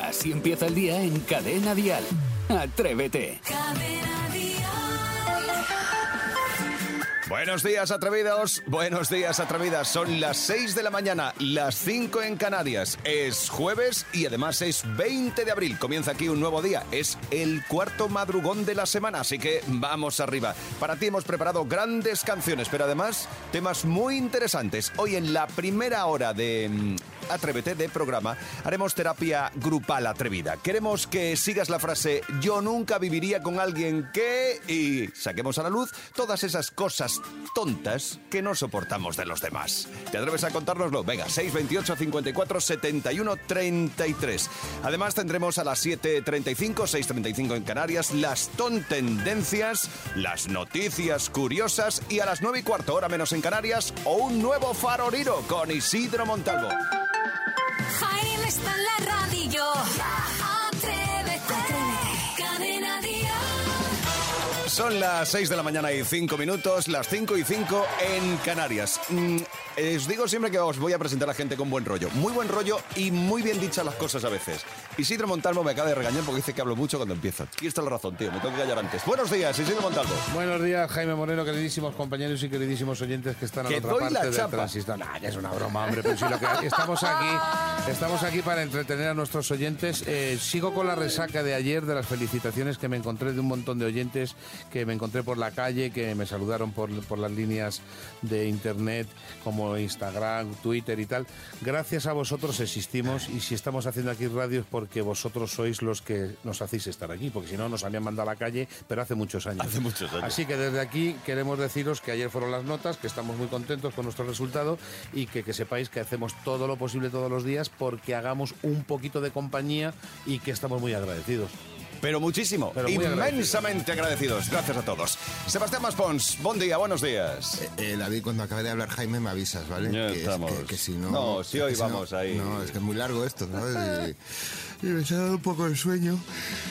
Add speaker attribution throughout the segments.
Speaker 1: Así empieza el día en Cadena Dial. Atrévete.
Speaker 2: Buenos días, atrevidos. Buenos días, atrevidas. Son las 6 de la mañana, las 5 en Canarias. Es jueves y además es 20 de abril. Comienza aquí un nuevo día. Es el cuarto madrugón de la semana, así que vamos arriba. Para ti hemos preparado grandes canciones, pero además temas muy interesantes. Hoy en la primera hora de mm, Atrévete de programa haremos terapia grupal atrevida. Queremos que sigas la frase yo nunca viviría con alguien que y saquemos a la luz todas esas cosas tontas que no soportamos de los demás. ¿Te atreves a contárnoslo? Venga, 628 54 71 33. Además tendremos a las 7.35, 6.35 en Canarias, las tontendencias, las noticias curiosas y a las 9 y cuarto, hora menos en Canarias, o un nuevo faroriro con Isidro Montalvo.
Speaker 3: Jaime está en la radio. Atrévete. Cadena Dial.
Speaker 2: Son las 6 de la mañana y 5 minutos, las 5 y 5 en Canarias. Mm, eh, os digo siempre que os voy a presentar a gente con buen rollo. Muy buen rollo y muy bien dichas las cosas a veces. Isidro Montalvo me acaba de regañar porque dice que hablo mucho cuando empiezo. Aquí está la razón, tío. Me tengo que callar antes. Buenos días, Isidro Montalvo.
Speaker 4: Buenos días, Jaime Moreno, queridísimos compañeros y queridísimos oyentes que están a
Speaker 2: Que
Speaker 4: la otra
Speaker 2: doy
Speaker 4: parte
Speaker 2: la
Speaker 4: del
Speaker 2: chapa.
Speaker 4: transistor. Nah, ya es una broma, hombre, pero si lo que estamos aquí, estamos aquí para entretener a nuestros oyentes. Eh, sigo con la resaca de ayer de las felicitaciones que me encontré de un montón de oyentes que me encontré por la calle, que me saludaron por, por las líneas de internet como Instagram, Twitter y tal. Gracias a vosotros existimos y si estamos haciendo aquí radio es porque vosotros sois los que nos hacéis estar aquí, porque si no nos habían mandado a la calle, pero hace muchos años.
Speaker 2: Hace muchos años.
Speaker 4: Así que desde aquí queremos deciros que ayer fueron las notas, que estamos muy contentos con nuestro resultado y que, que sepáis que hacemos todo lo posible todos los días porque hagamos un poquito de compañía y que estamos muy agradecidos.
Speaker 2: Pero muchísimo,
Speaker 4: Pero muy
Speaker 2: inmensamente agradecidos. Gracias a todos. Sebastián Maspons, buen día, buenos días.
Speaker 5: Eh, David, cuando acabe de hablar Jaime me avisas, ¿vale?
Speaker 2: Ya
Speaker 5: que, es-
Speaker 2: estamos.
Speaker 5: que- que si no...
Speaker 2: No, si
Speaker 5: es
Speaker 2: hoy
Speaker 5: que no-
Speaker 2: vamos ahí.
Speaker 5: No, es que es muy largo esto, ¿sabes? Y, y me se ha dado un poco de sueño.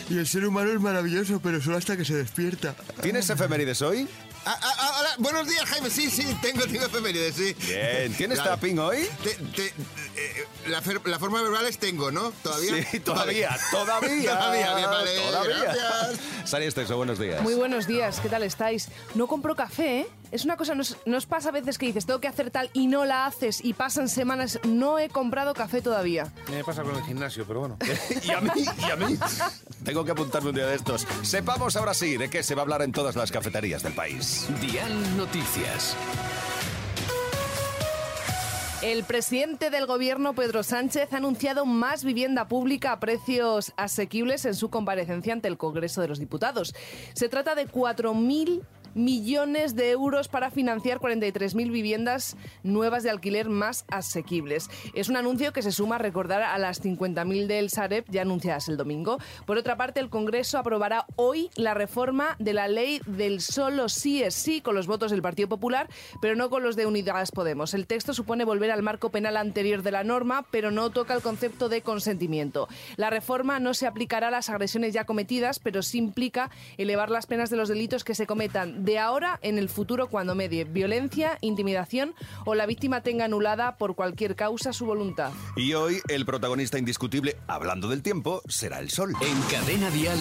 Speaker 5: Y el ser humano es maravilloso, pero solo hasta que se despierta.
Speaker 2: ¿Tienes efemérides hoy?
Speaker 5: Ah, ah, ah, hola, Buenos días, Jaime. Sí, sí, tengo, tengo efemérides, sí.
Speaker 2: Bien. ¿Tienes
Speaker 5: Claro.
Speaker 2: taping hoy?
Speaker 5: Te- te- eh, eh, la, fer- la forma verbal es tengo, ¿no? ¿Todavía?
Speaker 2: Sí, todavía, todavía.
Speaker 5: Todavía, bien, vale,
Speaker 2: Todavía.
Speaker 5: gracias.
Speaker 2: Sari Esteso, buenos días.
Speaker 6: Muy buenos días, ¿qué tal estáis? No compro café, ¿eh? Es una cosa, nos, nos pasa a veces que dices, tengo que hacer tal y no la haces y pasan semanas, no he comprado café todavía.
Speaker 4: Me pasa con el gimnasio, pero bueno.
Speaker 2: y a mí, y a mí. Tengo que apuntarme un día de estos. Sepamos ahora sí de qué se va a hablar en todas las cafeterías del país.
Speaker 1: Dial Noticias.
Speaker 6: El presidente del gobierno, Pedro Sánchez, ha anunciado más vivienda pública a precios asequibles en su comparecencia ante el Congreso de los Diputados. Se trata de 4.000 millones de euros para financiar 43.000 viviendas nuevas de alquiler más asequibles. Es un anuncio que se suma, recordar, a las 50.000 del Sareb ya anunciadas el domingo. Por otra parte, el Congreso aprobará hoy la reforma de la ley del solo sí es sí con los votos del Partido Popular, pero no con los de Unidas Podemos. El texto supone volver al marco penal anterior de la norma, pero no toca el concepto de consentimiento. La reforma no se aplicará a las agresiones ya cometidas, pero sí implica elevar las penas de los delitos que se cometan de ahora en el futuro cuando medie violencia, intimidación o la víctima tenga anulada por cualquier causa su voluntad.
Speaker 2: Y hoy el protagonista indiscutible, hablando del tiempo, será el sol.
Speaker 1: En Cadena Dial,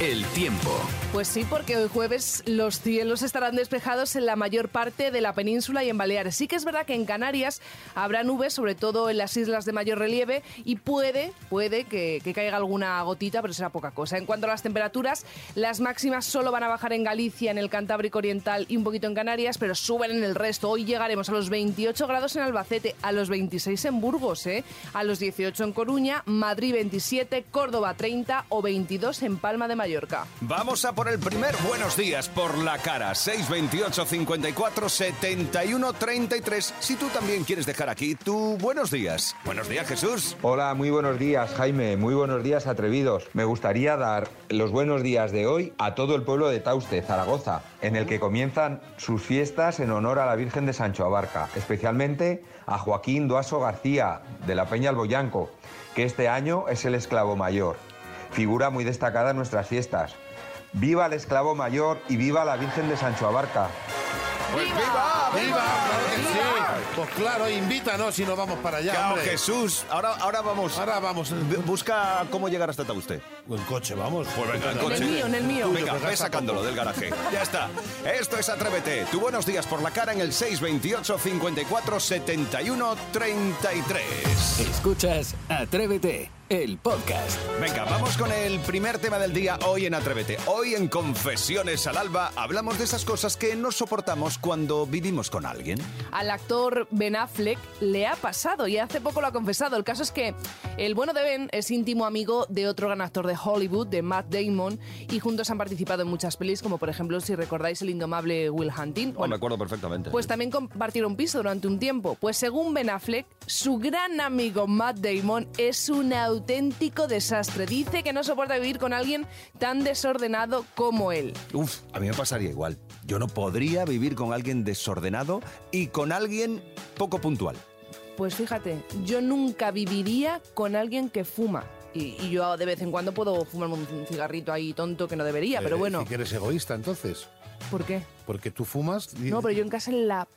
Speaker 1: el tiempo.
Speaker 6: Pues sí, porque hoy jueves los cielos estarán despejados en la mayor parte de la península y en Baleares. Sí que es verdad que en Canarias habrá nubes, sobre todo en las islas de mayor relieve, y puede, puede que, que caiga alguna gotita, pero será poca cosa. En cuanto a las temperaturas, las máximas solo van a bajar en Galicia, en el Cantábrico Oriental y un poquito en Canarias, pero suben en el resto. Hoy llegaremos a los 28 grados en Albacete, a los 26 en Burgos, ¿eh? a los 18 en Coruña, Madrid 27, Córdoba 30 o 22 en Palma de Mallorca.
Speaker 2: Vamos a por el primer Buenos Días por la cara. 628 54 71 33. Si tú también quieres dejar aquí tu Buenos Días. Buenos días, Jesús.
Speaker 7: Hola, muy buenos días Jaime, muy buenos días atrevidos. Me gustaría dar los buenos días de hoy a todo el pueblo de Tauste, Zaragoza, en el que comienzan sus fiestas en honor a la Virgen de Sancho Abarca, especialmente a Joaquín Duaso García, de la Peña Alboyanco, que este año es el esclavo mayor, figura muy destacada en nuestras fiestas. ¡Viva el esclavo mayor y viva la Virgen de Sancho Abarca!
Speaker 2: Pues viva, viva,
Speaker 4: ¡Viva! Claro que sí. Pues claro, invítanos y nos vamos para allá.
Speaker 2: Cao
Speaker 4: hombre.
Speaker 2: Jesús, ahora, ahora vamos.
Speaker 4: Ahora vamos.
Speaker 2: Bu- Busca cómo llegar hasta Tausté.
Speaker 4: En coche, vamos.
Speaker 2: Pues venga, el coche.
Speaker 6: el mío, en el mío.
Speaker 2: Venga,
Speaker 4: Pues
Speaker 2: ve
Speaker 4: gasta
Speaker 2: sacándolo del garaje. Ya está. Esto es Atrévete. Tu buenos días por la cara en el 628 54 71 33.
Speaker 1: Escuchas Atrévete, el podcast.
Speaker 2: Venga, vamos con el primer tema del día hoy en Atrévete. Hoy en Confesiones al Alba hablamos de esas cosas que no soportamos cuando vivimos con alguien.
Speaker 6: Al actor Ben Affleck le ha pasado y hace poco lo ha confesado. El caso es que el bueno de Ben es íntimo amigo de otro gran actor de Hollywood, de Matt Damon, y juntos han participado en muchas pelis, como por ejemplo, si recordáis, el indomable Will Hunting.
Speaker 2: Oh,
Speaker 6: Bueno,
Speaker 2: me acuerdo perfectamente.
Speaker 6: Pues también compartieron piso durante un tiempo. Pues según Ben Affleck, su gran amigo Matt Damon es un auténtico desastre. Dice que no soporta vivir con alguien tan desordenado como él.
Speaker 2: Uf, a mí me pasaría igual. Yo no podría vivir con alguien desordenado y con alguien poco puntual.
Speaker 6: Pues fíjate, yo nunca viviría con alguien que fuma. Y, y yo de vez en cuando puedo fumarme un cigarrito ahí tonto que no debería, pero
Speaker 4: Eh,
Speaker 6: bueno.
Speaker 4: Y que eres egoísta, entonces.
Speaker 6: ¿Por qué?
Speaker 4: Porque tú fumas, y-
Speaker 6: No, pero yo en casa en la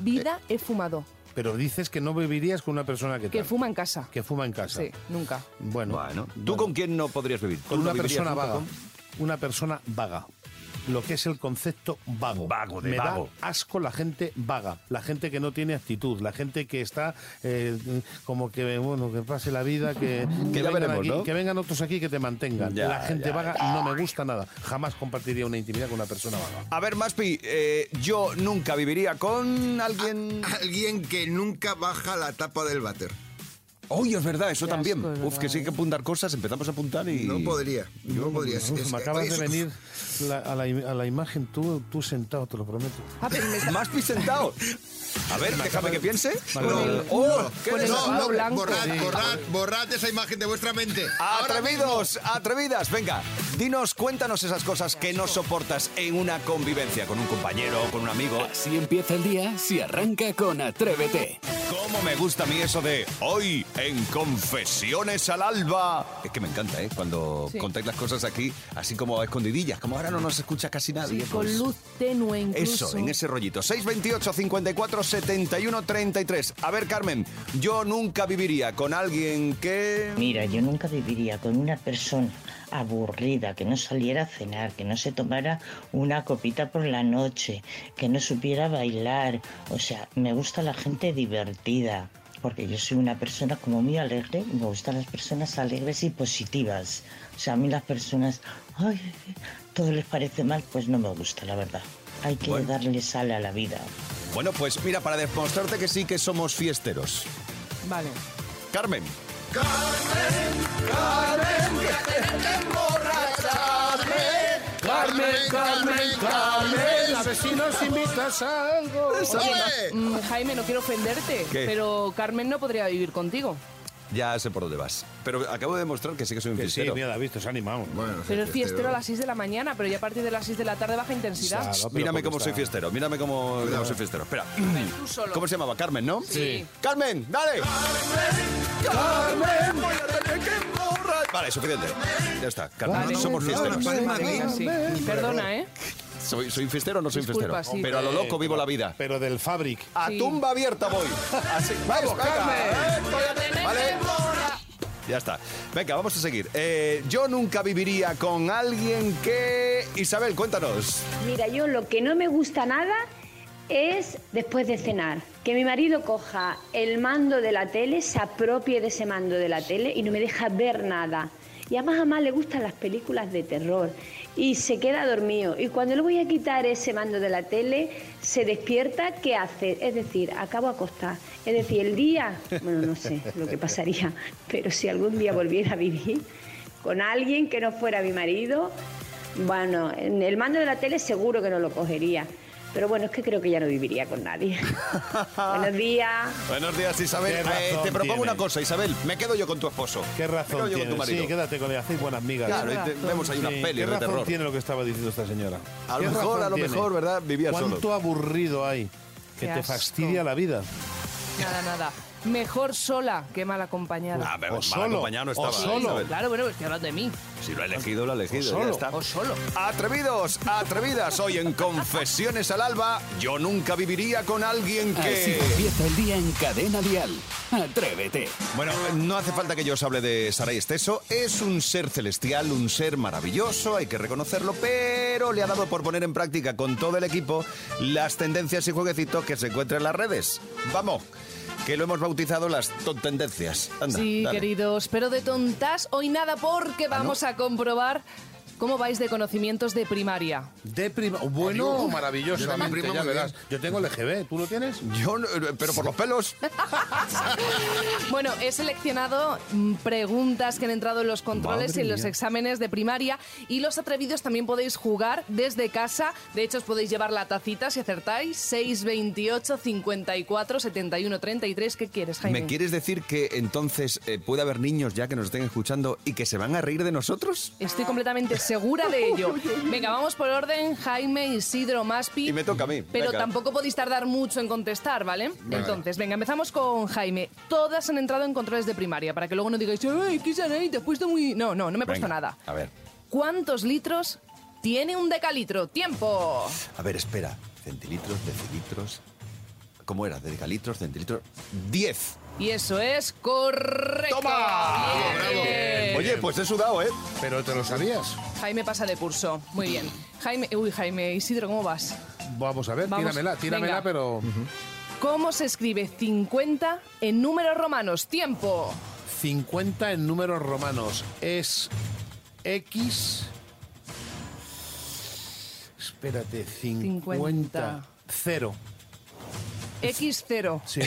Speaker 6: vida
Speaker 2: Eh,
Speaker 6: he fumado.
Speaker 4: pero dices que no vivirías con una persona que,
Speaker 6: Que
Speaker 4: tal,
Speaker 6: fuma en casa.
Speaker 4: que fuma en casa.
Speaker 6: Sí, nunca.
Speaker 4: Bueno,
Speaker 2: Bueno, ¿tú con quién no podrías vivir? ¿Tú
Speaker 4: con una
Speaker 2: no vivirías
Speaker 4: persona
Speaker 2: nunca
Speaker 4: vaga.
Speaker 2: con-
Speaker 4: Una persona vaga. Lo que es el concepto vago.
Speaker 2: Vago, de
Speaker 4: Me
Speaker 2: vago.
Speaker 4: da asco la gente vaga, la gente que no tiene actitud, la gente que está eh, como que, bueno, que pase la vida, que,
Speaker 2: Que ya
Speaker 4: vengan
Speaker 2: veremos,
Speaker 4: aquí-
Speaker 2: ¿no?
Speaker 4: que vengan otros aquí que te mantengan.
Speaker 2: Ya,
Speaker 4: la gente
Speaker 2: ya,
Speaker 4: vaga no me gusta nada. Jamás compartiría una intimidad con una persona vaga.
Speaker 2: A ver, Maspi, eh, yo nunca viviría con alguien...
Speaker 5: Alguien que nunca baja la tapa del váter.
Speaker 2: ¡Oye, ah, es verdad, eso
Speaker 6: Qué
Speaker 2: también!
Speaker 6: asco, es
Speaker 2: Uf, que
Speaker 6: verdad,
Speaker 2: sí hay que apuntar cosas, empezamos a apuntar y...
Speaker 5: No podría, no podría. Es-
Speaker 4: Uf,
Speaker 5: es-
Speaker 4: me acabas
Speaker 5: oye,
Speaker 4: de
Speaker 5: eso-
Speaker 4: venir la- a, la, im- a la imagen tú, tú sentado, te lo prometo.
Speaker 6: Ah, pero me está-
Speaker 2: Maspi sentado. A ver, déjame que piense.
Speaker 4: Vale,
Speaker 2: No.
Speaker 4: vale.
Speaker 2: ¡Oh, qué
Speaker 6: Con el
Speaker 2: desastre!
Speaker 5: No,
Speaker 6: Pablo
Speaker 5: no,
Speaker 6: Blanco.
Speaker 5: borrad, borrad, borrad esa imagen de vuestra mente. Ahora
Speaker 2: Atrevidos, atrevidas, venga, dinos, cuéntanos esas cosas que no soportas en una convivencia con un compañero, con un amigo.
Speaker 1: Si empieza el día, si arranca con Atrévete.
Speaker 2: ¿Cómo me gusta a mí eso de hoy en Confesiones al Alba? Es que me encanta, ¿eh? Cuando
Speaker 6: Sí.
Speaker 2: contáis las cosas aquí, así como a escondidillas, como ahora no nos escucha casi nadie.
Speaker 6: Sí, con
Speaker 2: pues,
Speaker 6: luz tenue incluso.
Speaker 2: Eso, en ese rollito. 628 54 71 33. A ver, Carmen, yo nunca viviría con alguien que.
Speaker 8: Mira, yo nunca viviría con una persona aburrida, que no saliera a cenar, que no se tomara una copita por la noche, que no supiera bailar. O sea, me gusta la gente divertida, porque yo soy una persona como muy alegre, y me gustan las personas alegres y positivas. O sea, a mí las personas, ay, todo les parece mal, pues no me gusta, la verdad. Hay que
Speaker 2: Bueno.
Speaker 8: darle sal a la vida.
Speaker 2: Bueno, pues mira, para demostrarte que sí que somos fiesteros.
Speaker 6: Vale.
Speaker 2: Carmen.
Speaker 5: Carmen, Carmen, Carmen.
Speaker 4: A ver si nos invitas a algo.
Speaker 5: ¡Ole!
Speaker 6: Mm, Jaime, no quiero ofenderte,
Speaker 2: ¿Qué?
Speaker 6: pero Carmen no podría vivir contigo.
Speaker 2: Ya sé por dónde vas. Pero acabo de demostrar que sí que soy un
Speaker 4: Que sí,
Speaker 2: fiestero.
Speaker 4: mira, David, te has animado.
Speaker 5: Bueno,
Speaker 6: Pero es fiestero a las 6 de la mañana, pero ya a partir de las 6 de la tarde baja intensidad.
Speaker 4: Claro, pero
Speaker 2: Mírame
Speaker 4: porque
Speaker 2: cómo soy
Speaker 4: está-
Speaker 2: fiestero, mírame cómo, cómo soy fiestero. Espera.
Speaker 6: Tú solo.
Speaker 2: ¿Cómo se llamaba? Carmen, ¿no?
Speaker 6: Sí.
Speaker 2: Carmen, dale. Carmen, voy a tener que emborrar- Vale, suficiente. Ya está. Carmen,
Speaker 6: Vale.
Speaker 2: somos
Speaker 5: Vale,
Speaker 2: fiesteros.
Speaker 5: vale.
Speaker 6: Madre mía, sí. Perdona, ¿eh?
Speaker 2: ¿Soy, soy fiestero o no soy
Speaker 6: Disculpa,
Speaker 2: fiestero?
Speaker 6: sí.
Speaker 2: Pero a lo loco vivo la vida.
Speaker 4: Pero del Fabric.
Speaker 2: A
Speaker 6: Sí.
Speaker 2: tumba abierta voy. Así, vamos, eh, Carmen. Vale. Ya está. Venga, vamos a seguir. Eh, yo nunca viviría con alguien que... Isabel, cuéntanos.
Speaker 9: Mira, yo lo que no me gusta nada es después de cenar. Que mi marido coja el mando de la tele, se apropie de ese mando de la tele y no me deja ver nada. Y además a más le gustan las películas de terror y se queda dormido. Y cuando le voy a quitar ese mando de la tele, se despierta, ¿qué hace? Es decir, acabo acostar. Es decir, el día, bueno, no sé lo que pasaría, pero si algún día volviera a vivir con alguien que no fuera mi marido, bueno, en el mando de la tele seguro que no lo cogería. Pero bueno, es que creo que ya no viviría con nadie. Buenos días.
Speaker 2: Buenos días, Isabel.
Speaker 4: Qué
Speaker 2: Eh,
Speaker 4: razón
Speaker 2: te propongo una
Speaker 4: tienes.
Speaker 2: cosa, Isabel. Me quedo yo con tu esposo.
Speaker 4: ¿Qué
Speaker 2: Me
Speaker 4: razón
Speaker 2: quedo yo con tu
Speaker 4: tiene?
Speaker 2: marido.
Speaker 4: Sí, quédate con él, hacéis buenas migas.
Speaker 2: Claro, y te- vemos ahí una
Speaker 4: Sí,
Speaker 2: peli
Speaker 4: ¿Qué
Speaker 2: de
Speaker 4: razón
Speaker 2: terror.
Speaker 4: tiene lo que estaba diciendo esta señora?
Speaker 2: A lo
Speaker 4: ¿Qué
Speaker 2: mejor,
Speaker 4: razón
Speaker 2: a lo
Speaker 4: tiene?
Speaker 2: mejor, ¿verdad? Vivía
Speaker 4: ¿Cuánto
Speaker 2: solo.
Speaker 4: aburrido hay? Que
Speaker 6: Qué
Speaker 4: te
Speaker 6: asco.
Speaker 4: fastidia la vida.
Speaker 6: Nada, nada. Mejor sola que mal acompañada.
Speaker 2: A ver,
Speaker 4: O
Speaker 2: mal
Speaker 4: solo,
Speaker 2: acompañado no
Speaker 4: o
Speaker 2: estaba. ¿eh?
Speaker 4: solo.
Speaker 2: Ah, Isabel.
Speaker 6: Claro, bueno, estoy hablando de mí.
Speaker 2: Si lo ha elegido, lo ha elegido.
Speaker 4: Pues solo,
Speaker 2: ya está.
Speaker 6: O solo.
Speaker 2: Atrevidos, atrevidas, hoy en Confesiones al Alba, yo nunca viviría con alguien
Speaker 1: Así
Speaker 2: que...
Speaker 1: empieza el día en Cadena Dial. Atrévete.
Speaker 2: Bueno, no hace falta que yo os hable de Saray Esteso. Es un ser celestial, un ser maravilloso, hay que reconocerlo, pero le ha dado por poner en práctica con todo el equipo las tendencias y jueguecitos que se encuentran en las redes. Vamos, que lo hemos bautizado las tendencias. Anda,
Speaker 6: sí,
Speaker 2: dale. Ah,
Speaker 6: queridos, pero de tontas hoy nada porque vamos a comprobar cómo vais de conocimientos de primaria.
Speaker 4: De prima. Bueno,
Speaker 5: Amigo.
Speaker 4: maravilloso.
Speaker 5: Yo también primo
Speaker 4: ya
Speaker 5: muy
Speaker 4: verás. Yo tengo el EGB, ¿tú lo tienes?
Speaker 2: Yo, no- eh, pero por los pelos.
Speaker 6: Bueno, he seleccionado mm, preguntas que han entrado en los controles
Speaker 2: Madre
Speaker 6: y en los
Speaker 2: mía.
Speaker 6: exámenes de primaria y los atrevidos también podéis jugar desde casa. De hecho, os podéis llevar la tacita si acertáis. 628 54 71 33. ¿Qué quieres, Jaime?
Speaker 2: ¿Me quieres decir que entonces eh, puede haber niños ya que nos estén escuchando y que se van a reír de nosotros?
Speaker 6: Estoy completamente segura de ello. Venga, vamos por orden, Jaime, Isidro, Maspi.
Speaker 2: Y me toca a mí.
Speaker 6: Pero
Speaker 2: Venga.
Speaker 6: tampoco podéis tardar mucho en contestar, ¿vale? Entonces, venga, empezamos con Jaime. Todas han entrado en controles de primaria, para que luego no digáis, ¡ay, qué saray, te has puesto muy...! No, no, no me he puesto
Speaker 2: Venga,
Speaker 6: nada.
Speaker 2: A ver,
Speaker 6: ¿Cuántos litros tiene un decalitro? ¡Tiempo!
Speaker 2: a ver, espera. Centilitros, decilitros. ¿Cómo era? Decalitros, centilitros. ¡Diez!
Speaker 6: Y eso es correcto.
Speaker 2: ¡Toma!
Speaker 6: Bien.
Speaker 2: Oye, pues he sudado, ¿eh?
Speaker 4: Pero te lo sabías.
Speaker 6: Jaime pasa de curso. Muy bien. Jaime, uy, Jaime, Isidro, ¿cómo vas?
Speaker 4: Vamos a ver,
Speaker 6: Vamos,
Speaker 4: tíramela, tíramela,
Speaker 6: venga.
Speaker 4: pero.
Speaker 6: ¿Cómo se escribe 50 en números romanos? ¡Tiempo!
Speaker 4: 50 en números romanos es X. Espérate, 50.
Speaker 6: 50.
Speaker 4: 0.
Speaker 6: X0.
Speaker 4: Sí.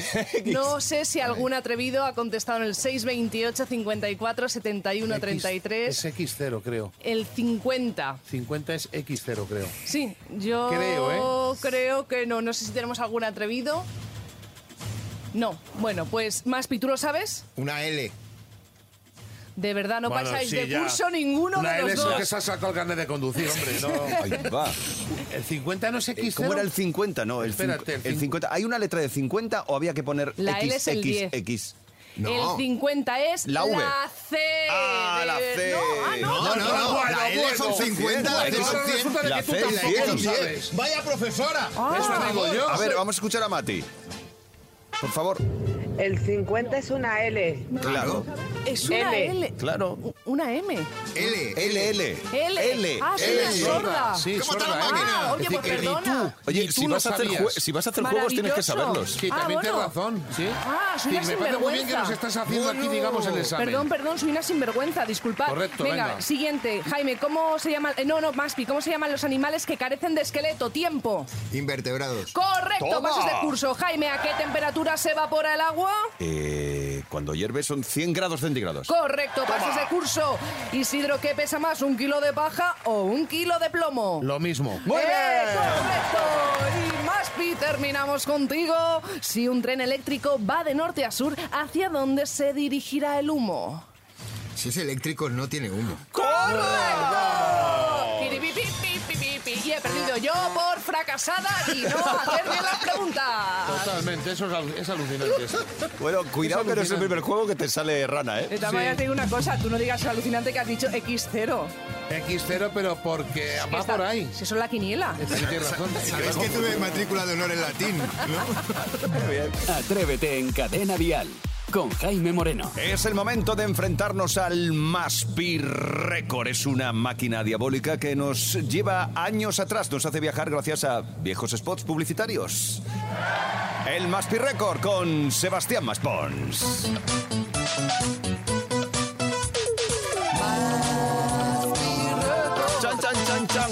Speaker 6: No sé si algún atrevido ha contestado en el 628 54 71
Speaker 4: X-
Speaker 6: 33.
Speaker 4: Es X0, creo.
Speaker 6: El 50.
Speaker 4: 50 es X0, creo.
Speaker 6: Sí, yo
Speaker 2: ¿eh?
Speaker 4: Creo,
Speaker 6: creo que no. No sé si tenemos algún atrevido. No, bueno, pues Maspi, ¿tú lo sabes?
Speaker 5: Una L.
Speaker 6: De verdad, no
Speaker 4: Bueno,
Speaker 6: pasáis
Speaker 4: sí,
Speaker 6: de
Speaker 4: ya.
Speaker 6: curso ninguno
Speaker 4: Una
Speaker 6: de
Speaker 4: L
Speaker 6: los
Speaker 4: es el que
Speaker 6: dos.
Speaker 4: se ha sacado el carnet de conducir, hombre. No.
Speaker 2: Ahí va. Eh,
Speaker 4: El 50 no es
Speaker 6: Eh,
Speaker 4: X0.
Speaker 2: ¿Cómo era el 50? No, el, cincu-
Speaker 4: Espérate, el
Speaker 2: el
Speaker 4: cincu-
Speaker 2: 50. ¿Hay una letra de 50 o había que poner
Speaker 6: La
Speaker 2: X,
Speaker 6: L es el
Speaker 2: X,
Speaker 6: 10.
Speaker 2: X?
Speaker 5: No.
Speaker 6: El 50 es
Speaker 2: La V.
Speaker 6: C.
Speaker 2: Ah, la
Speaker 6: de-
Speaker 2: C.
Speaker 6: No, ah, no.
Speaker 5: No, no, no.
Speaker 4: bueno,
Speaker 5: la L son
Speaker 4: bueno.
Speaker 5: 50, la
Speaker 2: Bueno,
Speaker 5: C son
Speaker 2: ahora
Speaker 5: 100.
Speaker 4: resulta de
Speaker 2: la
Speaker 4: que tú
Speaker 2: C es
Speaker 5: La X
Speaker 4: tampoco
Speaker 5: son 100.
Speaker 4: sabes.
Speaker 5: ¡Vaya profesora!
Speaker 4: Eso digo yo.
Speaker 2: A ver, vamos a escuchar a Mati. Por favor.
Speaker 10: El 50 es una L.
Speaker 2: Claro.
Speaker 6: Es una
Speaker 10: L.
Speaker 6: L.
Speaker 2: Claro.
Speaker 6: Una M.
Speaker 5: L.
Speaker 2: L, L.
Speaker 6: L.
Speaker 2: L.
Speaker 6: Ah, sí,
Speaker 2: L.
Speaker 6: es sorda.
Speaker 4: Sí,
Speaker 5: ¿Cómo
Speaker 4: sorda,
Speaker 5: está la
Speaker 4: ¿eh?
Speaker 5: máquina?
Speaker 6: Ah, oye,
Speaker 4: Es decir,
Speaker 6: pues
Speaker 4: que ni
Speaker 6: perdona.
Speaker 4: tú, ni
Speaker 2: Oye,
Speaker 4: tú
Speaker 2: si
Speaker 4: lo
Speaker 2: vas, a hacer
Speaker 4: sabías.
Speaker 2: jue- si vas a hacer juegos tienes que
Speaker 6: Maravilloso.
Speaker 2: saberlos.
Speaker 4: Sí,
Speaker 6: Ah,
Speaker 4: también
Speaker 6: bueno.
Speaker 4: tienes razón, sí.
Speaker 6: Ah, soy
Speaker 4: Sí,
Speaker 6: una
Speaker 4: me parece muy bien que
Speaker 6: sinvergüenza.
Speaker 4: nos estás haciendo aquí,
Speaker 5: Bueno.
Speaker 4: digamos, el examen.
Speaker 6: Perdón, perdón, soy una sinvergüenza, disculpad.
Speaker 4: Correcto, venga.
Speaker 6: siguiente. Jaime, ¿cómo se llaman? eh, no, no, Maspi, ¿cómo se llaman los animales que carecen de esqueleto? Tiempo.
Speaker 5: Invertebrados.
Speaker 6: Correcto,
Speaker 2: Toma.
Speaker 6: pasas de curso. Jaime, ¿a qué temperatura se evapora el agua?
Speaker 2: Eh, cuando hierve son 100 grados centígrados.
Speaker 6: Correcto, pasas de curso. Isidro, ¿qué pesa más, un kilo de paja o un kilo de plomo?
Speaker 4: Lo mismo.
Speaker 2: ¡Muy
Speaker 6: ¡Eh,
Speaker 2: bien!
Speaker 6: correcto! Y Maspi, terminamos contigo. Si un tren eléctrico va de norte a sur, ¿hacia dónde se dirigirá el humo?
Speaker 5: Si es eléctrico, no tiene humo.
Speaker 6: ¡Correcto! Piripipi, pi, pi, pi, pi. Y he perdido yo por fracasada y no hacer bien las preguntas.
Speaker 4: Totalmente, eso es, al- es alucinante. esto.
Speaker 2: Bueno, cuidado que no es el primer juego que te sale rana,
Speaker 6: De
Speaker 2: ¿eh?
Speaker 6: todas maneras, te digo una cosa, tú no digas el alucinante que has dicho X0.
Speaker 4: X0, pero porque
Speaker 6: ¿Qué
Speaker 4: va
Speaker 6: está?
Speaker 4: por ahí.
Speaker 6: Si son la quiniela.
Speaker 4: Es que tienes razón.
Speaker 5: ¿Sabéis que tuve matrícula de honor en latín? ¿no?
Speaker 1: Atrévete en Cadena Dial. Con Jaime Moreno.
Speaker 2: Es el momento de enfrentarnos al Maspi Record. Es una máquina diabólica que nos lleva años atrás, nos hace viajar gracias a viejos spots publicitarios. El Maspi Record con Sebastián Maspons. Chan, chan, chan, chan.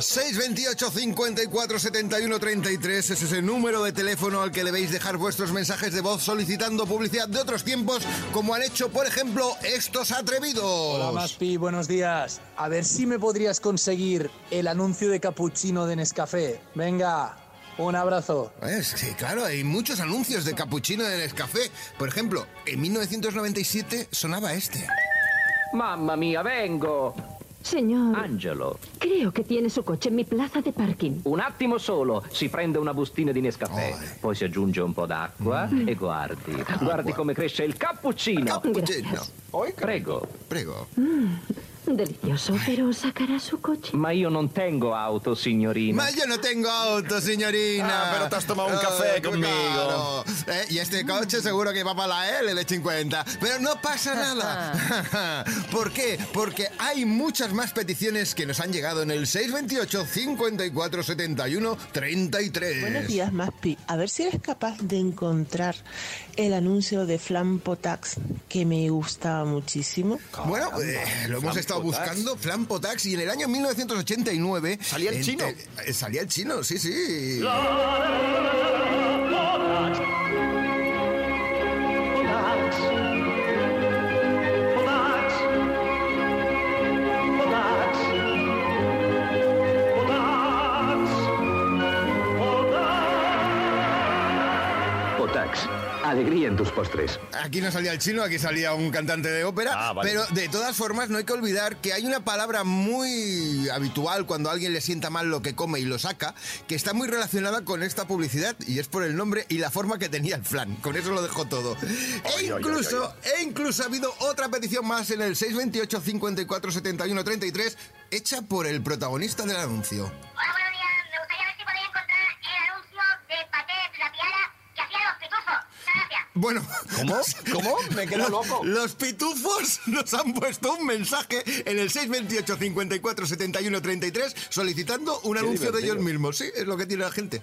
Speaker 5: 628 54 71 33 ese es el número de teléfono al que debéis dejar vuestros mensajes de voz solicitando publicidad de otros tiempos, como han hecho, por ejemplo, estos atrevidos.
Speaker 11: Hola Maspi, buenos días. A ver si me podrías conseguir el anuncio de capuchino de Nescafé. Venga, un abrazo.
Speaker 5: Eh, sí, claro, hay muchos anuncios de capuchino en el café. Por ejemplo, en 1997 sonaba este.
Speaker 10: Mamma mía, vengo.
Speaker 12: Señor,
Speaker 13: Angelo.
Speaker 12: creo che tiene suo coche in mi plaza de parking.
Speaker 13: Un attimo solo, si prende una bustina di Nescafè, poi si aggiunge un po' d'acqua
Speaker 12: Mm.
Speaker 13: e guardi, guardi come cresce il cappuccino.
Speaker 12: Cappuccino.
Speaker 13: Prego.
Speaker 5: Prego.
Speaker 12: Mm, delicioso, pero sacará su coche.
Speaker 13: Ma io non tengo auto, signorina.
Speaker 5: Ma yo no tengo auto, señorina. Oh,
Speaker 13: Ah, pero te has tomado un café conmigo.
Speaker 5: claro. Eh, y este coche seguro que va para la L de 50. Pero no pasa nada. ¿Por qué? Porque hay muchas más peticiones que nos han llegado en el 628 54 71 33.
Speaker 14: Buenos días, Maspi. A ver si eres capaz de encontrar el anuncio de Flampotax que me gustaba muchísimo.
Speaker 5: Bueno, eh, lo hemos
Speaker 14: Flampo
Speaker 5: estado
Speaker 14: Tax.
Speaker 5: buscando, Flampotax, y en el año 1989... ¿Salía
Speaker 14: el chino?
Speaker 5: eh, salía el chino, sí, sí.
Speaker 13: Potax, alegría en tus postres.
Speaker 5: Aquí no salía el chino, aquí salía un cantante de ópera.
Speaker 13: vale.
Speaker 5: Pero de todas formas, no hay que olvidar que hay una palabra muy habitual cuando a alguien le sienta mal lo que come y lo saca, que está muy relacionada con esta publicidad y es por el nombre y la forma que tenía el flan. Con eso lo dejo todo. e incluso, e incluso ha habido otra petición más en el 628 54 71 33 hecha por el protagonista del anuncio. Bueno, ¿cómo? ¿Cómo? Me
Speaker 2: quedo
Speaker 5: loco. Los pitufos nos han puesto un mensaje en el 628 54 71 33 solicitando un
Speaker 2: Qué
Speaker 5: anuncio de
Speaker 2: divertido.
Speaker 5: ellos mismos. Sí, es lo que tiene la gente.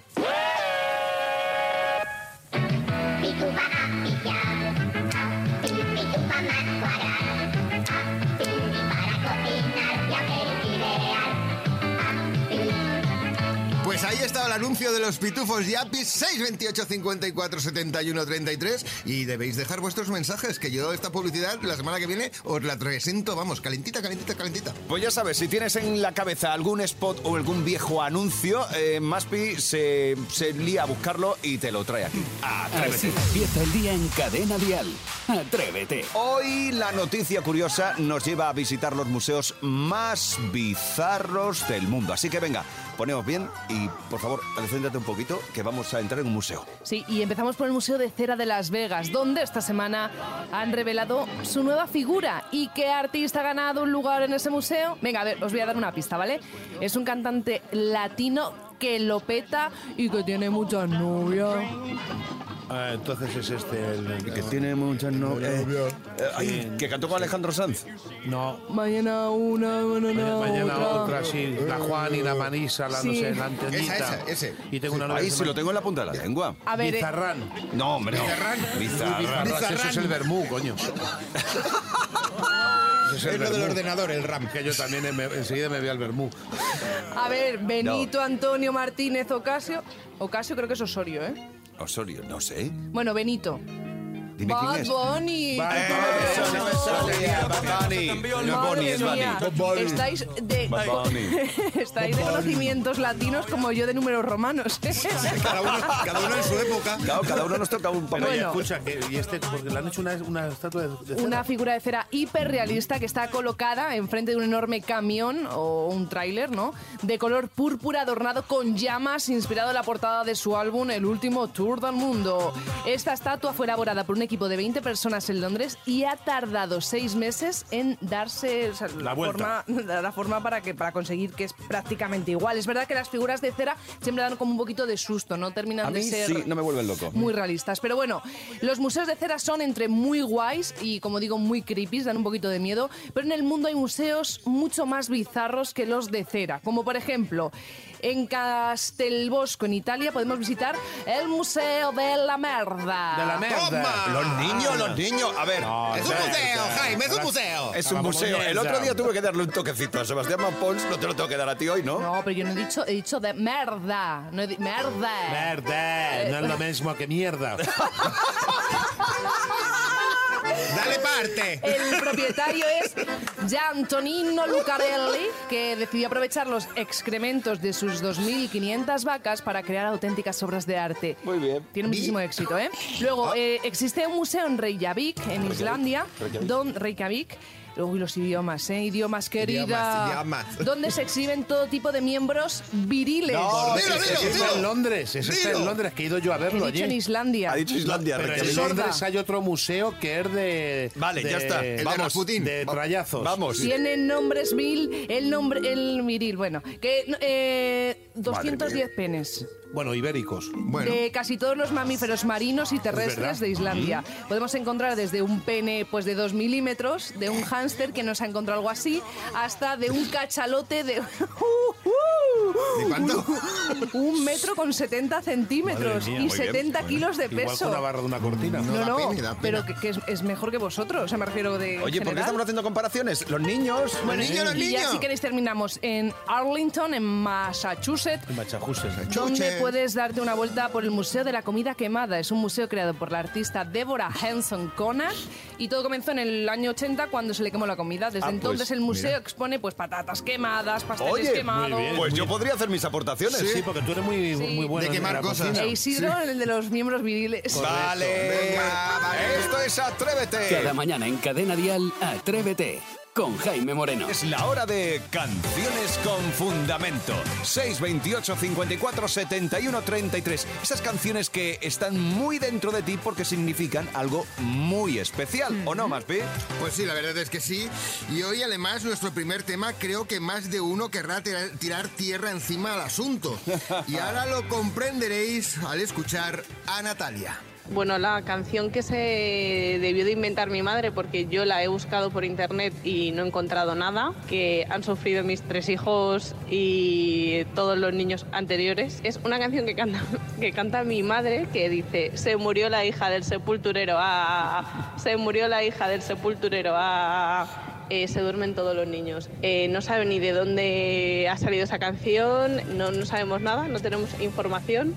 Speaker 5: Pues ahí estaba el anuncio de los pitufos Yapis 628 54 71 33 y debéis dejar vuestros mensajes que yo esta publicidad la semana que viene os la presento, vamos, calentita, calentita, calentita.
Speaker 2: Pues ya sabes, si tienes en la cabeza algún spot o algún viejo anuncio, eh, Maspi se, se lía a buscarlo y te lo trae aquí.
Speaker 1: Así
Speaker 2: Atrévete.
Speaker 1: empieza el día en Cadena Dial. Atrévete.
Speaker 2: Hoy la noticia curiosa nos lleva a visitar los museos más bizarros del mundo. Así que venga, ponemos bien y por favor, céntrate un poquito que vamos a entrar en un museo.
Speaker 6: Sí, y empezamos por el Museo de Cera de Las Vegas, donde esta semana han revelado su nueva figura. ¿Y qué artista ha ganado un lugar en ese museo? Venga, a ver, os voy a dar una pista, ¿vale? Es un cantante latino que lo peta y que tiene muchas novias.
Speaker 4: Ah, entonces es este el,
Speaker 2: que tiene muchas novias. Eh, ay, que cantó con Alejandro Sanz.
Speaker 4: No,
Speaker 6: Mañana una, mañana,
Speaker 4: Mañana
Speaker 6: otra.
Speaker 4: otra, sí. La Juan y la Manisa, la no
Speaker 6: Sí.
Speaker 4: sé, la antenita.
Speaker 2: Esa, esa, ese.
Speaker 4: Y tengo una
Speaker 2: Ahí sí lo tengo en la punta de la lengua.
Speaker 6: A ver, eh.
Speaker 4: Bizarrán.
Speaker 2: No, hombre. no. Bizarrán.
Speaker 4: Eso es el vermú, coño. Ese
Speaker 5: Es lo del
Speaker 4: vermú.
Speaker 5: ordenador, el RAM.
Speaker 4: Que yo también em- enseguida me voy al vermú.
Speaker 6: A ver, Benito Antonio Martínez Ocasio. Ocasio creo que es Osorio, ¿eh?
Speaker 2: Osorio, Oh, no sé.
Speaker 6: Bueno, Benito.
Speaker 2: Dime quién
Speaker 6: Bad
Speaker 2: es.
Speaker 6: Bunny. Madre mía, estáis de,
Speaker 2: Bad Bunny.
Speaker 6: estáis
Speaker 2: Bad Bunny.
Speaker 6: de conocimientos latinos como yo de números romanos. ¿eh? Ah,
Speaker 5: en su época.
Speaker 2: Claro, cada uno nos toca un papel.
Speaker 4: Pero oye, escucha, que, y este, porque le han hecho una, una estatua de, de cera.
Speaker 6: Una figura de cera hiperrealista que está colocada enfrente de un enorme camión o un tráiler, ¿no? De color púrpura adornado con llamas, inspirado en la portada de su álbum El último tour del mundo. Esta estatua fue elaborada por un equipo de 20 personas en Londres y ha tardado seis meses en darse o sea,
Speaker 4: La vuelta.
Speaker 6: forma, dar la forma para que para conseguir que es prácticamente igual. Es verdad que las figuras de cera siempre dan como un poquito de susto, no terminan
Speaker 2: A
Speaker 6: de
Speaker 2: mí
Speaker 6: ser
Speaker 2: sí, no me vuelven loco.
Speaker 6: muy realistas. Pero bueno, los museos de cera son entre muy guays y, como digo, muy creepy, dan un poquito de miedo. Pero en el mundo hay museos mucho más bizarros que los de cera. Como por ejemplo, en Castelbosco, en Italia, podemos visitar el Museo de la Merda.
Speaker 4: De la merda. Ah.
Speaker 2: Los niños, los niños. A ver.
Speaker 5: Es un museo, Jaime, es un museo.
Speaker 2: Es un museo. El otro día tuve que darle un toquecito a Sebastián Mapons. No te lo tengo que dar a ti hoy, ¿no?
Speaker 6: No, pero yo no he dicho, he dicho de merda. No he di- merda.
Speaker 4: Merda, no es lo mismo que mierda.
Speaker 5: ¡Dale parte!
Speaker 6: El propietario es Giantonino Lucarelli, que decidió aprovechar los excrementos de sus 2.500 vacas para crear auténticas obras de arte.
Speaker 2: Muy bien.
Speaker 6: Tiene muchísimo éxito, ¿eh? Luego, eh, existe un museo en Reykjavik, en Islandia,
Speaker 2: Reykjavik.
Speaker 6: don Reykjavik, Uy, los idiomas, ¿eh? Idiomas, querida.
Speaker 15: Idiomas, idiomas.
Speaker 6: Donde se exhiben todo tipo de miembros viriles.
Speaker 4: No, dilo, dilo, eso está en Londres, eso está en Londres, que he ido yo a verlo
Speaker 6: He dicho
Speaker 4: allí.
Speaker 6: en Islandia.
Speaker 4: Ha dicho Islandia, Pero en
Speaker 6: Sorda.
Speaker 4: Londres hay otro museo que es de...
Speaker 2: Vale,
Speaker 4: de-
Speaker 2: ya está. El de
Speaker 4: Vamos,
Speaker 2: Rasputín.
Speaker 4: de
Speaker 2: Va-
Speaker 4: trallazos.
Speaker 2: vamos.
Speaker 6: Tienen nombres mil, el nombre, el viril, bueno, que no, eh, 210 penes
Speaker 4: Bueno, ibéricos.
Speaker 6: de casi todos los mamíferos marinos y terrestres
Speaker 4: ¿Verdad?
Speaker 6: de Islandia. Podemos encontrar desde un pene pues de 2 milímetros, de un hámster que nos ha encontrado algo así, hasta de un cachalote de... ¿De
Speaker 4: cuánto?
Speaker 6: uh. Un metro con 70 centímetros y 70 kilos de
Speaker 4: pues Igual que
Speaker 6: peso.
Speaker 4: una barra de una cortina.
Speaker 6: No, no, pero que, que es, es mejor que vosotros, o sea, me refiero
Speaker 2: Oye,
Speaker 6: de...
Speaker 2: ¿por qué
Speaker 6: general. Pues
Speaker 2: estamos haciendo comparaciones? Los niños.
Speaker 6: Bueno, ¿Eh? y ya si queréis terminamos en Arlington, en Massachusetts,
Speaker 4: En Massachusetts, ¿eh?
Speaker 6: donde puedes darte una vuelta por el Museo de la Comida Quemada. Es un museo creado por la artista Deborah Henson Conard y todo comenzó en el año 80 cuando se le quemó la comida. Desde
Speaker 2: Ah, pues,
Speaker 6: entonces el museo
Speaker 2: mira.
Speaker 6: expone pues patatas quemadas, pasteles
Speaker 2: Oye,
Speaker 6: quemados.
Speaker 2: pues yo podría hacer mis aportaciones.
Speaker 4: Sí, porque tú eres muy, muy bueno. en la cocina.
Speaker 6: E Isidro, el de los miembros viriles.
Speaker 2: Vale. Esto es Atrévete.
Speaker 1: Cada mañana en Cadena Dial, Atrévete con Jaime Moreno.
Speaker 2: Es la hora de canciones con fundamento. 628 54 71 33. Esas canciones que están muy dentro de ti porque significan algo muy especial. ¿O no, Maspi?
Speaker 5: Pues sí, la verdad es que sí. Y hoy además nuestro primer tema creo que más de uno querrá tira- tirar tierra encima al asunto. Y ahora lo comprenderéis al escuchar a Natalia.
Speaker 16: Bueno, la canción que se debió de inventar mi madre, porque yo la he buscado por internet y no he encontrado nada, que han sufrido mis tres hijos y todos los niños anteriores, es una canción que canta, que canta mi madre que dice, se murió la hija del sepulturero, ah, ah, ah. se murió la hija del sepulturero, ah, ah, ah". Eh, se duermen todos los niños. Eh, no saben ni de dónde ha salido esa canción, no, no sabemos nada, no tenemos información,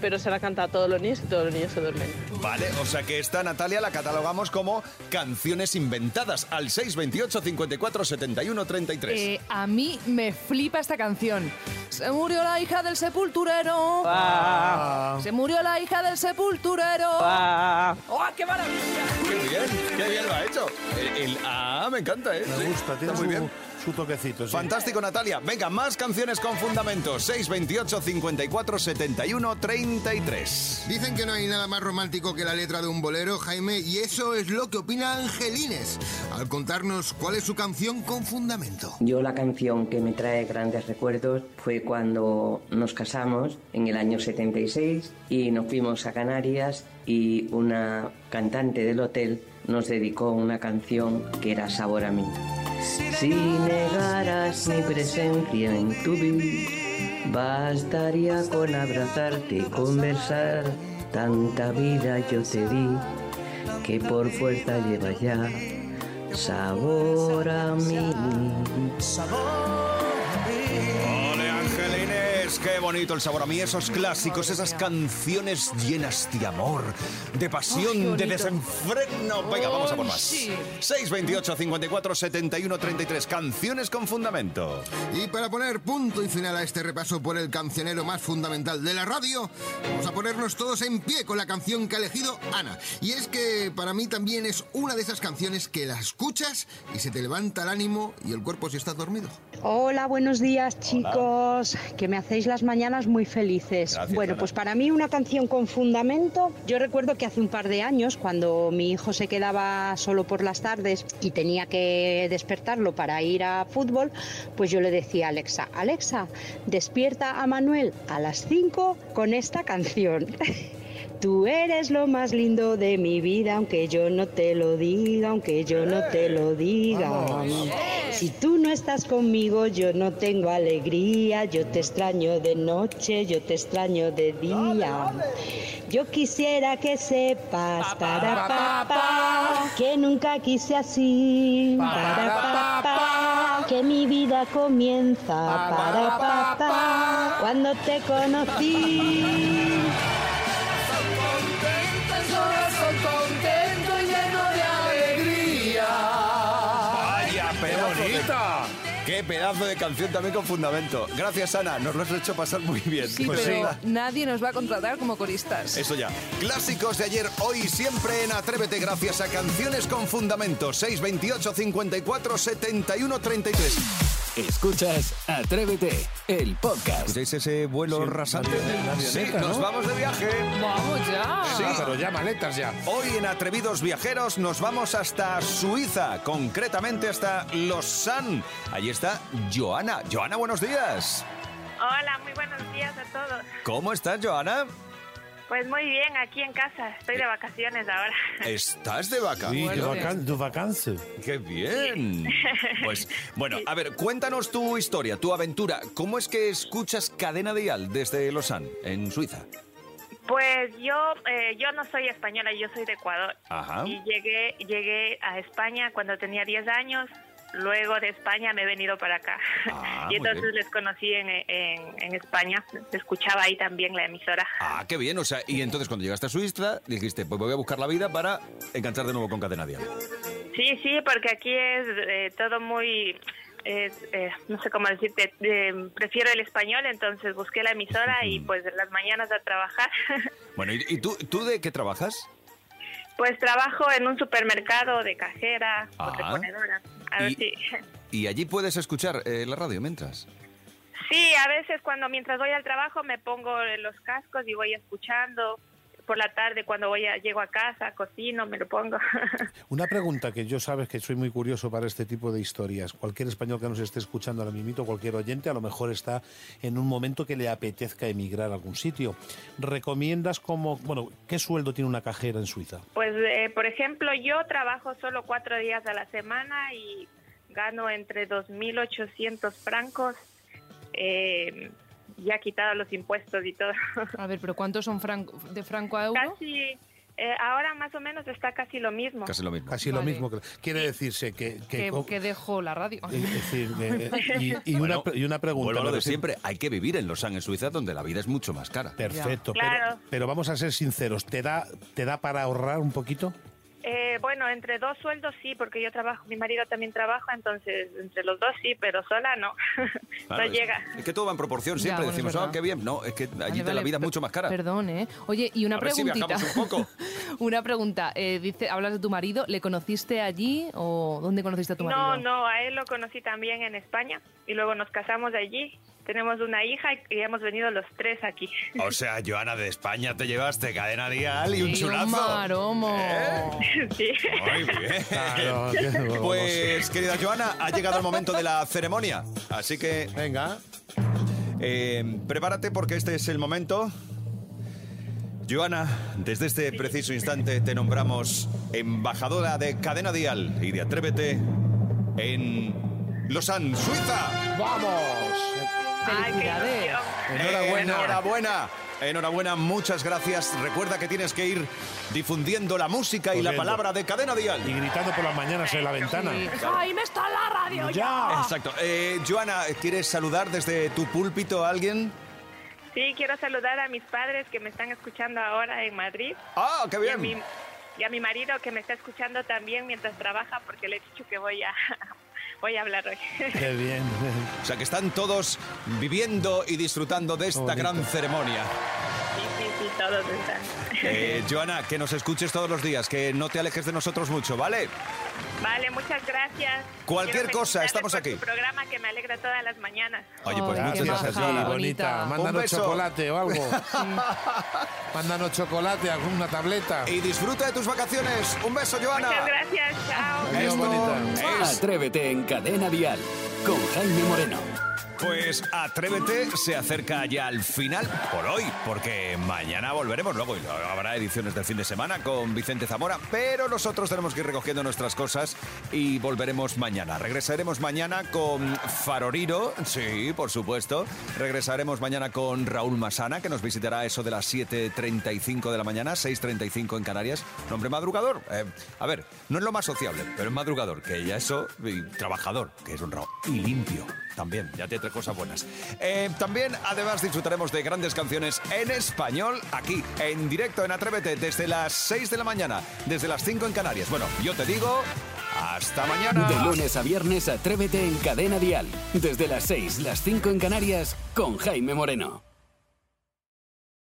Speaker 16: pero se la canta a todos los niños y todos los niños se duermen.
Speaker 2: Vale, o sea que esta Natalia la catalogamos como canciones inventadas al 628 54 71 33.
Speaker 6: Eh, a mí me flipa esta canción. Se murió la hija del sepulturero.
Speaker 2: Ah.
Speaker 6: Se murió la hija del sepulturero.
Speaker 2: Ah.
Speaker 6: ¡Oh, qué maravilla!
Speaker 2: ¡Qué bien! ¡Qué bien lo ha hecho! El, el- ah, me encanta, ¿eh? Me gusta,
Speaker 4: tiene
Speaker 2: muy
Speaker 4: su-
Speaker 2: bien.
Speaker 4: su toquecito. sí.
Speaker 2: Fantástico, Natalia. Venga, más canciones con fundamento. 628 54 71 33.
Speaker 5: Dicen que no hay nada más romántico que la letra de un bolero, Jaime, y eso es lo que opina Angelines al contarnos cuál es su canción con fundamento.
Speaker 17: Yo la canción que me trae grandes recuerdos fue cuando nos casamos en el año 76 y nos fuimos a Canarias y una cantante del hotel nos dedicó una canción que era Sabor a mí. Si negaras mi presencia en tu vida, bastaría con abrazarte y conversar. Tanta vida yo te di que por fuerza lleva ya sabor a mí.
Speaker 2: ¡Ole, Angelines! ¡Qué bonito el sabor a mí! Esos clásicos, esas canciones llenas de amor, de
Speaker 1: Ay, qué
Speaker 2: pasión, de
Speaker 1: bonito.
Speaker 2: desenfreno. Venga, vamos a por más.
Speaker 5: Sí.
Speaker 2: 628 54 71 33. Canciones con fundamento.
Speaker 5: Y para poner punto y final a este repaso por el cancionero más fundamental de la radio, vamos a ponernos todos en pie con la canción que ha elegido Ana. Y es que para mí también es una de esas canciones que la escuchas y se te levanta el ánimo y el cuerpo si estás dormido.
Speaker 18: Hola, buenos días chicos, que me hacéis las mañanas muy felices.
Speaker 5: Gracias,
Speaker 18: bueno,
Speaker 5: Ana.
Speaker 18: pues para mí una canción con fundamento, yo recuerdo que hace un par de años, cuando mi hijo se quedaba solo por las tardes y tenía que despertarlo para ir a fútbol, pues yo le decía a Alexa, Alexa, despierta a Manuel a las 5 con esta canción. Tú eres lo más lindo de mi vida, aunque yo no te lo diga, aunque yo no te lo diga. Si tú no estás conmigo, yo no tengo alegría, yo te extraño de noche, yo te extraño de día. Yo quisiera que sepas, para
Speaker 3: pa,
Speaker 18: papá, que nunca quise así, para papá, que mi vida comienza, para papá, cuando te conocí.
Speaker 3: corazón contento y lleno de alegría.
Speaker 2: ¡Vaya,
Speaker 3: bonita!
Speaker 2: bonita! Qué pedazo de canción también con fundamento. Gracias, Ana. Nos lo has hecho pasar muy bien.
Speaker 6: Sí,
Speaker 2: Pues
Speaker 6: pero
Speaker 2: nada,
Speaker 6: nadie nos va a contratar como coristas.
Speaker 2: Eso ya. Clásicos de ayer, hoy y siempre en Atrévete gracias a Canciones con Fundamento 628 54 71 33.
Speaker 1: Escuchas Atrévete, el podcast.
Speaker 2: ¿Escucháis ese vuelo rasante? Sí,
Speaker 1: avioneta,
Speaker 2: nos
Speaker 1: ¿no?
Speaker 2: vamos de viaje.
Speaker 6: ¡Vamos ya!
Speaker 2: Sí.
Speaker 4: pero ya maletas ya.
Speaker 2: Hoy en Atrevidos Viajeros nos vamos hasta Suiza, concretamente hasta Lausanne. Allí está Joana. Joana, buenos días.
Speaker 15: Hola, muy buenos días a todos.
Speaker 2: ¿Cómo estás, Joana?
Speaker 15: Pues muy bien, aquí en casa. Estoy de vacaciones ahora.
Speaker 2: ¿Estás de vaca?
Speaker 19: Sí, de, vacan de vacances.
Speaker 2: ¡Qué bien! Pues, bueno, a ver, cuéntanos tu historia, tu aventura. ¿Cómo es que escuchas Cadena Dial desde Lausanne, en Suiza?
Speaker 15: Pues yo, eh, yo no soy española, yo soy de Ecuador.
Speaker 2: Ajá.
Speaker 15: Y llegué, llegué a España cuando tenía 10 años. Luego de España me he venido para acá.
Speaker 2: Ah,
Speaker 15: y
Speaker 2: muy
Speaker 15: entonces
Speaker 2: bien.
Speaker 15: les conocí en, en, en España. Escuchaba ahí también la emisora.
Speaker 2: Ah, qué bien, o sea, y entonces cuando llegaste a Suiza dijiste, pues voy a buscar la vida para enganchar de nuevo con Cadena Dial.
Speaker 15: Sí, sí, porque aquí es eh, todo muy, es, eh, no sé cómo decirte, eh, prefiero el español, entonces busqué la emisora y pues las mañanas a trabajar.
Speaker 2: Bueno, ¿y, y tú, tú de qué trabajas?
Speaker 15: pues trabajo en un supermercado de cajera, o
Speaker 2: Ajá.
Speaker 15: reponedora. A
Speaker 2: Ah.
Speaker 15: ver
Speaker 2: Y-
Speaker 15: si...
Speaker 2: Y allí puedes escuchar eh, la radio mientras.
Speaker 15: Sí, a veces cuando mientras voy al trabajo me pongo los cascos y voy escuchando. Por la tarde cuando voy a, llego a casa, cocino, me lo pongo.
Speaker 19: Una pregunta que yo sabes que soy muy curioso para este tipo de historias. Cualquier español que nos esté escuchando ahora mismo, cualquier oyente, a lo mejor está en un momento que le apetezca emigrar a algún sitio. ¿Recomiendas como, bueno, qué sueldo tiene una cajera en Suiza?
Speaker 15: Pues, eh, por ejemplo, yo trabajo solo cuatro días a la semana y gano entre 2.800 francos, eh, ya quitado los impuestos y todo.
Speaker 6: A ver, pero ¿cuántos son franco- de franco a euro?
Speaker 15: Casi, eh, ahora más o menos está casi lo mismo.
Speaker 2: mismo.
Speaker 4: Casi lo
Speaker 6: Vale.
Speaker 4: mismo. que- Quiere decirse que... que-
Speaker 6: Que, que dejo la radio.
Speaker 4: es decir, eh, y, y una, pre- y una pregunta.
Speaker 2: Vuelvo a lo
Speaker 4: me
Speaker 2: de
Speaker 4: refiero-
Speaker 2: siempre, hay que vivir en Lausanne, en Suiza, donde la vida es mucho más cara.
Speaker 4: Perfecto,
Speaker 15: Ya.
Speaker 4: pero-
Speaker 15: Claro.
Speaker 4: pero, vamos a ser sinceros, ¿te da, ¿te da para ahorrar un poquito?
Speaker 15: Eh, bueno, entre dos sueldos sí, porque yo trabajo, mi marido también trabaja, entonces entre los dos sí, pero sola no,
Speaker 2: Claro,
Speaker 15: no
Speaker 2: es-
Speaker 15: llega.
Speaker 2: Es que todo va en proporción,
Speaker 6: Ya,
Speaker 2: siempre
Speaker 6: bueno, es
Speaker 2: decimos, ah,
Speaker 6: verdad.
Speaker 2: qué bien. No, es que allí
Speaker 6: Vale,
Speaker 2: te la
Speaker 6: vale,
Speaker 2: vida es
Speaker 6: per-
Speaker 2: mucho más cara.
Speaker 6: Perdón, ¿eh? Oye, y una
Speaker 2: A ver si
Speaker 6: preguntita.
Speaker 2: viajamos un poco.
Speaker 6: una pregunta. eh, dice, hablas de tu marido. ¿Le conociste allí o dónde conociste a tu
Speaker 15: No,
Speaker 6: marido?
Speaker 15: no, a él lo conocí también en España y luego nos casamos allí. Tenemos una hija y- y hemos venido los tres aquí.
Speaker 2: O sea, Joana, de España te llevaste cadena dial y un
Speaker 6: Sí,
Speaker 2: chulazo. ¿Eh?
Speaker 6: maromo.
Speaker 15: Sí.
Speaker 2: Muy bien.
Speaker 4: Claro, qué bueno.
Speaker 2: pues, querida Joana, ha llegado el momento de la ceremonia. Así que. Venga. Em, prepárate porque este es el momento. Joana, desde este preciso instante te nombramos embajadora de Cadena Dial y de Atrévete en Lausanne, Suiza.
Speaker 4: ¡Vamos!
Speaker 6: Felicidades.
Speaker 2: Enhorabuena. Enhorabuena. Enhorabuena, muchas gracias. Recuerda que tienes que ir difundiendo la música y la
Speaker 19: Corriendo.
Speaker 2: palabra de Cadena Dial.
Speaker 19: Y gritando por las mañanas en la ventana.
Speaker 6: ¡Ahí me está la radio ya!
Speaker 2: Exacto. Eh, Joana, ¿quieres saludar desde tu púlpito a alguien?
Speaker 15: Sí, quiero saludar a mis padres que me están escuchando ahora en Madrid.
Speaker 2: ¡Ah, qué
Speaker 15: Y a,
Speaker 2: bien!
Speaker 15: mi, y a mi marido que me está escuchando también mientras trabaja porque le he dicho que voy a, voy a hablar hoy.
Speaker 2: Qué bien. O sea, que están todos viviendo y disfrutando de esta gran ceremonia.
Speaker 15: Sí, sí, sí, todos están.
Speaker 2: Eh, Joana, que nos escuches todos los días, que no te alejes de nosotros mucho, ¿vale?
Speaker 15: Vale, muchas gracias.
Speaker 2: Cualquier
Speaker 15: Quiero
Speaker 2: cosa,
Speaker 15: felicitarles
Speaker 2: estamos
Speaker 15: por
Speaker 2: aquí.
Speaker 15: tu programa que me alegra todas las mañanas.
Speaker 2: Oye, pues
Speaker 4: Ay,
Speaker 2: muchas
Speaker 4: qué
Speaker 2: gracias,
Speaker 4: maja,
Speaker 2: Joana.
Speaker 4: bonita.
Speaker 2: Un
Speaker 4: Mándanos
Speaker 2: beso.
Speaker 4: chocolate o algo. Mándanos chocolate, alguna tableta.
Speaker 2: Y disfruta de tus vacaciones. Un beso, Joana.
Speaker 15: Muchas gracias, chao.
Speaker 2: Esto es-
Speaker 1: Atrévete en Cadena Dial con Jaime Moreno.
Speaker 2: Pues Atrévete se acerca ya al final por hoy, porque mañana volveremos luego y habrá ediciones del fin de semana con Vicente Zamora, pero nosotros tenemos que ir recogiendo nuestras cosas y volveremos mañana. Regresaremos mañana con Faroriro, sí, por supuesto. Regresaremos mañana con Raúl Masana, que nos visitará a eso de las 7.35 de la mañana, 6.35 en Canarias. Nombre madrugador. Eh, a ver, no es lo más sociable, pero es madrugador, que ya eso, y trabajador, que es un Raúl, y limpio también, ya tiene tres cosas buenas. Eh, también, además, disfrutaremos de grandes canciones en español aquí, en directo en Atrévete, desde las 6 de la mañana, desde las 5 en Canarias. Bueno, yo te digo, Hasta mañana.
Speaker 1: De lunes a viernes, atrévete en Cadena Dial. Desde las 6, las 5 en Canarias, con Jaime Moreno.